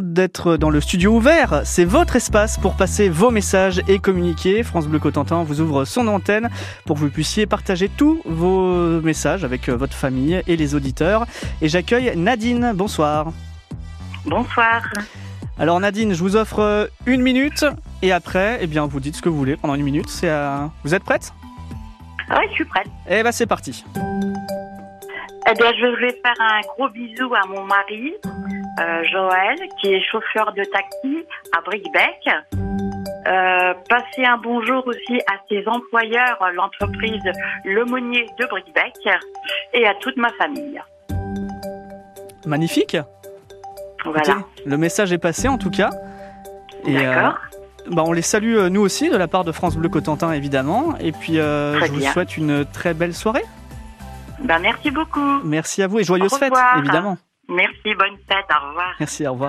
d'être dans le studio ouvert. C'est votre espace pour passer vos messages et communiquer. France Bleu Cotentin vous ouvre son antenne pour que vous puissiez partager tous vos messages avec euh, votre famille et les auditeurs. Et j'accueille Nadine. Bonsoir. Bonsoir. Alors Nadine, je vous offre euh, une minute et après, eh bien, vous dites ce que vous voulez pendant une minute. C'est à- Vous êtes prête Ouais, je suis prête. Eh ben, c'est parti. Eh bien, je vais faire un gros bisou à mon mari, euh, Joël, qui est chauffeur de taxi à Brickbeck. Euh, passer un bonjour aussi à ses employeurs, l'entreprise Lemonnier de Brickbeck, et à toute ma famille. Magnifique. Voilà. Écoutez, Le message est passé en tout cas. Et, euh, D'accord. Bah, on les salue euh, nous aussi de la part de France Bleu Cotentin évidemment. Et puis euh, Très je vous bien. souhaite une très belle soirée. Ben, merci beaucoup. Merci à vous et joyeuses Au fêtes revoir. évidemment. Merci, bonne fête, au revoir. Merci, au revoir.